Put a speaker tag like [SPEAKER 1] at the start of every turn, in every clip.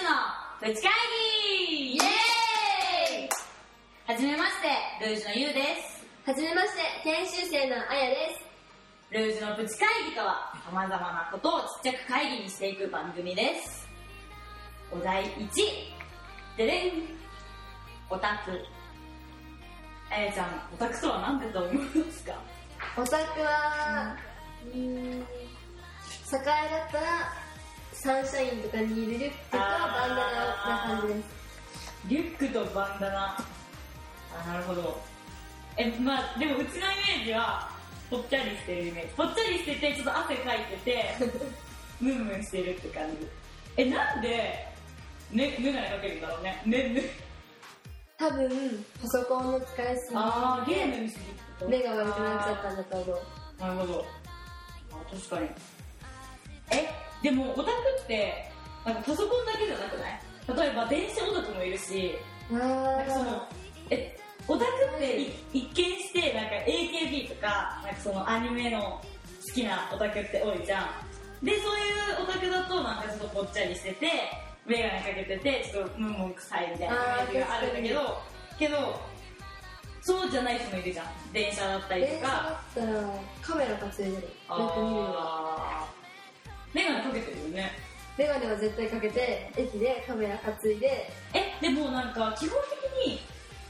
[SPEAKER 1] 内会議
[SPEAKER 2] イエーイ
[SPEAKER 1] はじめまして、ルージュのゆうです。
[SPEAKER 2] はじめまして、研修生のあやです。
[SPEAKER 1] ルージュのプチ会議とは、様々なことをちっちゃく会議にしていく番組です。お題1、でれん、オタク。あやちゃん、オタクとは何だと思いますか
[SPEAKER 2] オタクは、うーん、栄えだったら、サンシャインとかにいるリュックとか
[SPEAKER 1] あ
[SPEAKER 2] バ
[SPEAKER 1] ー
[SPEAKER 2] ンダナな感じです。
[SPEAKER 1] リュックとバンダナ。あ、なるほど。え、まあでもうちのイメージは、ぽっちゃりしてるイメージ。ぽっちゃりしてて、ちょっと汗かいて て、ムンムンしてるって感じ。え、なんで、ね、メガネかけるんだろうね。ね、ね。
[SPEAKER 2] 多分、パソコンの使いす
[SPEAKER 1] あー、
[SPEAKER 2] ぎ
[SPEAKER 1] ゲー
[SPEAKER 2] で、
[SPEAKER 1] ムにすぎってこと
[SPEAKER 2] 目が悪くなっちゃったんだと思う。
[SPEAKER 1] た。なるほど。あ、確かに。え、でもオタクって、なんかパソコンだけじゃなくない例えば電車オタクもいるし、なんかそ
[SPEAKER 2] あ
[SPEAKER 1] の、え、オタクってい一見して、なんか AKB とか、なんかそのアニメの好きなオタクって多いじゃん。で、そういうオタクだとなんかちょっとぽっちゃりしてて、メガネかけてて、ちょっとムンムン臭いみたいなイメージがあるんだけど、けど、そうじゃない人もいるじゃん。電車だった
[SPEAKER 2] ー、
[SPEAKER 1] り
[SPEAKER 2] 電
[SPEAKER 1] と
[SPEAKER 2] 車
[SPEAKER 1] か。
[SPEAKER 2] だったら、カメラがついてる。よく見るのは。
[SPEAKER 1] あーメガネかけてるよね。
[SPEAKER 2] メガネは絶対かけて、駅でカメラ担いで、
[SPEAKER 1] え、でもなんか基本的に、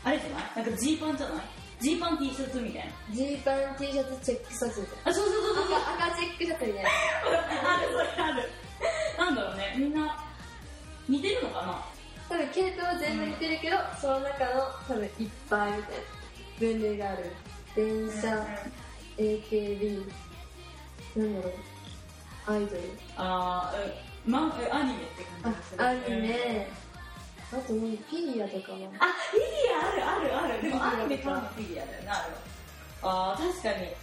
[SPEAKER 1] あれじゃないなんかジーパンじゃないジーパン T シャツみたいな。
[SPEAKER 2] ジーパン T シャツチェックシャツみたい
[SPEAKER 1] あ、そうそうそうそう。
[SPEAKER 2] な。赤、赤チェックシャツみたいな。
[SPEAKER 1] あるそれあるなんだろうねみんな似てるのかな
[SPEAKER 2] 多分系統は全部似てるけど、その中の多分いっぱいみたいな分類がある電車、AKB なんだろうアイドル
[SPEAKER 1] あーうんマンえアニメって感じがする
[SPEAKER 2] あアニメあと何フィギュアとかも
[SPEAKER 1] あフィギュアあるあるあるでも
[SPEAKER 2] フィ
[SPEAKER 1] ア
[SPEAKER 2] ギュア
[SPEAKER 1] ニメからのフィギュアだよねあるあー確かにえ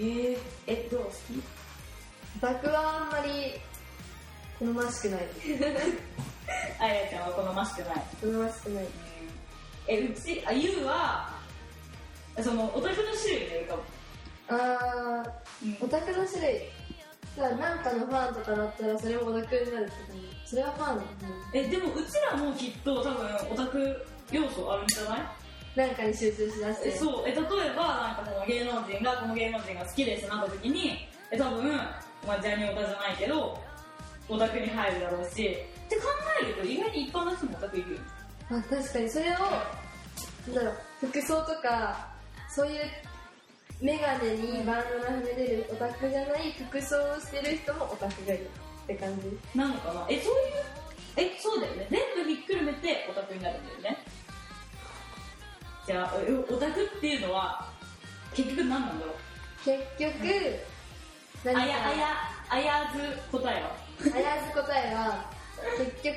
[SPEAKER 1] ー、えどう好き
[SPEAKER 2] バクはあんまり好ましくない
[SPEAKER 1] あやちゃんは好ましくない
[SPEAKER 2] 好ましくない
[SPEAKER 1] えうちあゆうはそのオタクの種類でいうかも、
[SPEAKER 2] あ
[SPEAKER 1] うん
[SPEAKER 2] ーオタクの種類さあなんかのファンとかだったらそれもオタクになるって感じそれはファンだね
[SPEAKER 1] えでもうちらもきっと多分オタク要素あるんじゃない
[SPEAKER 2] なんかに集中しだして
[SPEAKER 1] えそうえ例えばなんかこの芸能人がこの芸能人が好きですってなった時にえ多分、まあ、ジャニオタじゃないけどオタクに入るだろうしって考えると意外に一般の人もオタクいるよ
[SPEAKER 2] まあ、確かにそれをなんだろう服装とかそういうメガネにバンドがはめれるオタクじゃない服装をしてる人もオタクがいるって感じ
[SPEAKER 1] なのかなえそういうえそうだよね全部ひっくるめてオタクになるんだよねじゃあえオタクっていうのは結局何なんだろう
[SPEAKER 2] 結
[SPEAKER 1] あ
[SPEAKER 2] 局、何か
[SPEAKER 1] やあやあやず答えは
[SPEAKER 2] あやず答えは結局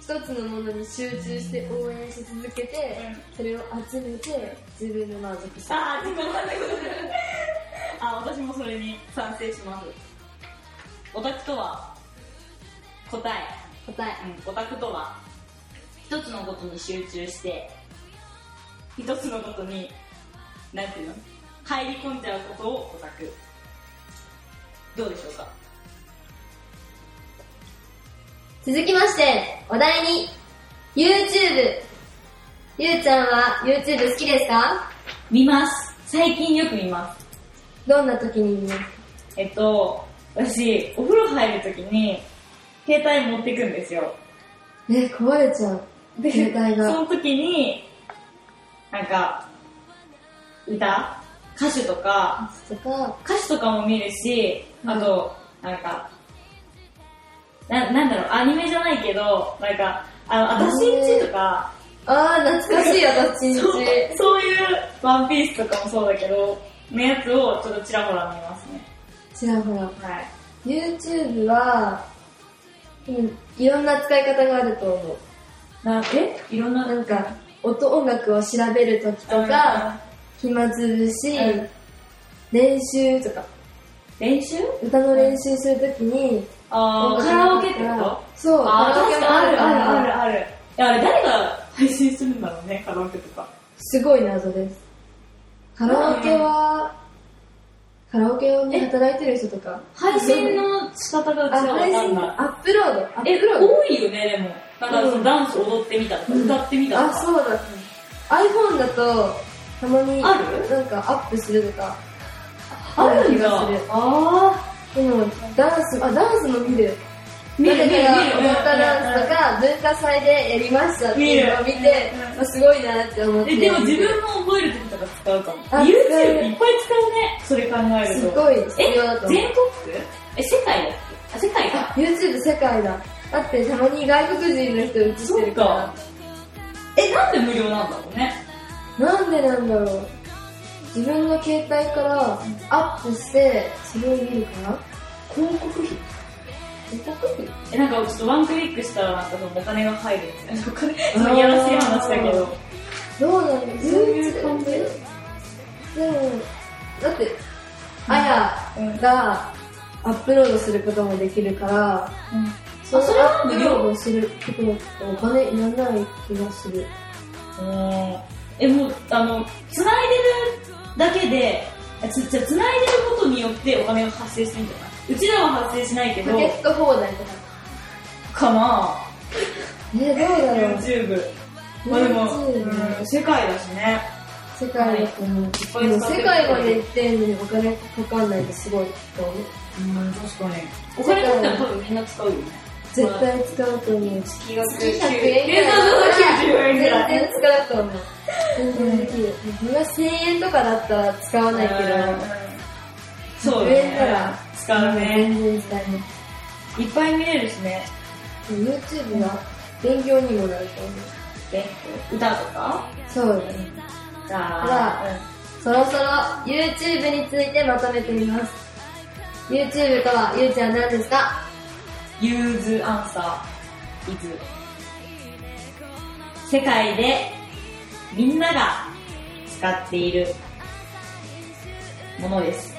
[SPEAKER 2] 一つのものに集中して応援し続けて、それを集めて自分の満足した
[SPEAKER 1] ああ、自分満足あ、私もそれに賛成します。オタクとは、答え。
[SPEAKER 2] 答え
[SPEAKER 1] うん、オタクとは、一つのことに集中して、一つのことに、なんていうの入り込んじゃうことをオタク。どうでしょうか
[SPEAKER 2] 続きまして、お題に、YouTube。ゆうちゃんは YouTube 好きですか
[SPEAKER 1] 見ます。最近よく見ます。
[SPEAKER 2] どんな時に見ますか
[SPEAKER 1] えっと、私、お風呂入るときに、携帯持ってくんですよ。
[SPEAKER 2] え、壊れちゃう。
[SPEAKER 1] で
[SPEAKER 2] 携帯
[SPEAKER 1] そ
[SPEAKER 2] が。
[SPEAKER 1] の時に、なんか、歌歌手とか、
[SPEAKER 2] とか、
[SPEAKER 1] 歌手とかも見るし、
[SPEAKER 2] うん
[SPEAKER 1] あと、なんか、な、なんだろう、アニメじゃないけど、なんか、あの、私んちとか、
[SPEAKER 2] あー、懐かしいよ、どっちん ち。
[SPEAKER 1] そうそういうワンピースとかもそうだけど、のやつをちょっとちらほら見ますね。
[SPEAKER 2] ちらほら。
[SPEAKER 1] はい。
[SPEAKER 2] YouTube は、うん、いろんな使い方があると思う。
[SPEAKER 1] なえいろんな、
[SPEAKER 2] なんか、音、音楽を調べる時とか、暇つぶし、
[SPEAKER 1] うん
[SPEAKER 2] 練習とか、
[SPEAKER 1] 練習
[SPEAKER 2] 歌の練習するときに、
[SPEAKER 1] あーカラオケってこと
[SPEAKER 2] そう、カ
[SPEAKER 1] あー
[SPEAKER 2] ラオケ
[SPEAKER 1] 確
[SPEAKER 2] も
[SPEAKER 1] か
[SPEAKER 2] あ
[SPEAKER 1] に
[SPEAKER 2] るあるある。
[SPEAKER 1] あるあるある。いや、あれ誰が配信するんだろうね、カラオケとか。
[SPEAKER 2] すごい謎です。カラオケは、カラオケをね、
[SPEAKER 1] え
[SPEAKER 2] 働いてる人とか。
[SPEAKER 1] 配信の仕方がうち
[SPEAKER 2] あ
[SPEAKER 1] はわか
[SPEAKER 2] 配信
[SPEAKER 1] ん
[SPEAKER 2] ア
[SPEAKER 1] ない。
[SPEAKER 2] ップロードアッ
[SPEAKER 1] え、
[SPEAKER 2] プロード
[SPEAKER 1] 多いよね、でも。だからそのダンス踊ってみたとか、
[SPEAKER 2] うん
[SPEAKER 1] 歌ってみたと
[SPEAKER 2] あ
[SPEAKER 1] か。
[SPEAKER 2] そうだ、iPhone だとたまに
[SPEAKER 1] あ
[SPEAKER 2] なん
[SPEAKER 1] る
[SPEAKER 2] かアップするとか
[SPEAKER 1] あるんだ。
[SPEAKER 2] あ
[SPEAKER 1] あ
[SPEAKER 2] る気がする
[SPEAKER 1] あ
[SPEAKER 2] でもダンスあダンスも見る
[SPEAKER 1] ー。見る見る見
[SPEAKER 2] 誰
[SPEAKER 1] る
[SPEAKER 2] かが踊ったダンスとか文化祭でやりましたっていうのを見
[SPEAKER 1] 見る
[SPEAKER 2] て
[SPEAKER 1] うんうん
[SPEAKER 2] まあすごいなって思って
[SPEAKER 1] えでも自分も覚える時とか使うかも。YouTube
[SPEAKER 2] あ使える
[SPEAKER 1] いっぱい使うね、それ考える
[SPEAKER 2] す
[SPEAKER 1] と。
[SPEAKER 2] ごい必要だと思う
[SPEAKER 1] 全国区え、世界だっけあ、世界か。
[SPEAKER 2] YouTube 世界だだってたまに外国人の人映してるから
[SPEAKER 1] え、なんで無料なんだろうね。
[SPEAKER 2] なんでなんだろう自分の携帯からアップしてそれを見るかな広告費広告費
[SPEAKER 1] え、なんかちょっとワンクリックしたらなんかそのお金が入るみたいな。お金
[SPEAKER 2] あ ー
[SPEAKER 1] そのやらしい話だけど。
[SPEAKER 2] どうなんだろう
[SPEAKER 1] そういう感じ
[SPEAKER 2] でもだってあや
[SPEAKER 1] うん。うん
[SPEAKER 2] がアップロードすることもできるから
[SPEAKER 1] それは
[SPEAKER 2] ア
[SPEAKER 1] 無
[SPEAKER 2] ップ
[SPEAKER 1] 料
[SPEAKER 2] ロードすることもお金いらない気がする
[SPEAKER 1] うんえ、もう、あの、つないでるだけで、あつじゃあつないでることによってお金が発生するんじゃないうちらは発生しないけ
[SPEAKER 2] ポ
[SPEAKER 1] ど、
[SPEAKER 2] ケット放題とか
[SPEAKER 1] かな
[SPEAKER 2] えどうだろう
[SPEAKER 1] YouTube。まあでも、
[SPEAKER 2] YouTube
[SPEAKER 1] うん世界だしね。
[SPEAKER 2] 世界だと思う
[SPEAKER 1] はい
[SPEAKER 2] もう世界まで行ってんのにお金かかんないってすごいと思う
[SPEAKER 1] うん、確かに。お金だったら多分みんな使うよね。
[SPEAKER 2] 絶対使うと思う
[SPEAKER 1] 月額
[SPEAKER 2] 月100円ぐらい
[SPEAKER 1] 90円ぐら
[SPEAKER 2] 全
[SPEAKER 1] い。
[SPEAKER 2] 然使うと思う全然できるこれは1000円とかだったら使わないけど
[SPEAKER 1] そうだ
[SPEAKER 2] 100円な
[SPEAKER 1] ね
[SPEAKER 2] ら。
[SPEAKER 1] 使うね。
[SPEAKER 2] 全然使えない
[SPEAKER 1] いっぱい見れるしね。
[SPEAKER 2] YouTube は勉強にもなると思う
[SPEAKER 1] 歌とか
[SPEAKER 2] そう
[SPEAKER 1] う
[SPEAKER 2] だね
[SPEAKER 1] ん。だ
[SPEAKER 2] らそろそろ YouTube についてまとめてみます YouTube とはゆうちゃん何ですか
[SPEAKER 1] ユーズアンサーイズ世界でみんなが使っているものです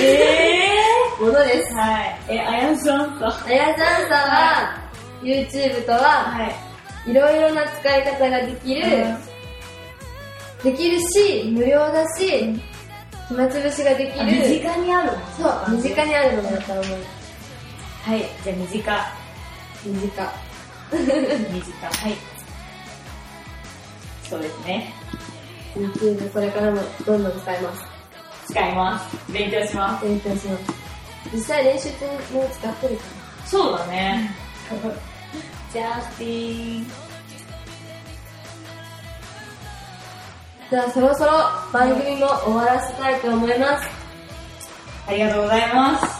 [SPEAKER 1] え
[SPEAKER 2] もので
[SPEAKER 1] ー、
[SPEAKER 2] す
[SPEAKER 1] はいえあやずアンサー
[SPEAKER 2] あやちゃんさんは YouTube とは
[SPEAKER 1] はい
[SPEAKER 2] いろいろな使い方ができる、できるし無料だし暇つぶしができ
[SPEAKER 1] あ
[SPEAKER 2] る
[SPEAKER 1] 身近にあるもの
[SPEAKER 2] そう身近にあるものだと思う
[SPEAKER 1] はいじゃあ身近
[SPEAKER 2] 身近
[SPEAKER 1] 身近はいそうですね
[SPEAKER 2] YouTube これからもどんどん使います
[SPEAKER 1] 使います勉強します
[SPEAKER 2] 勉強します実際練習中にもう使ってるか
[SPEAKER 1] そうだね。 ジャスティン。
[SPEAKER 2] らじゃあそろそろ番組も終わらせたいと思います
[SPEAKER 1] ありがとうございます。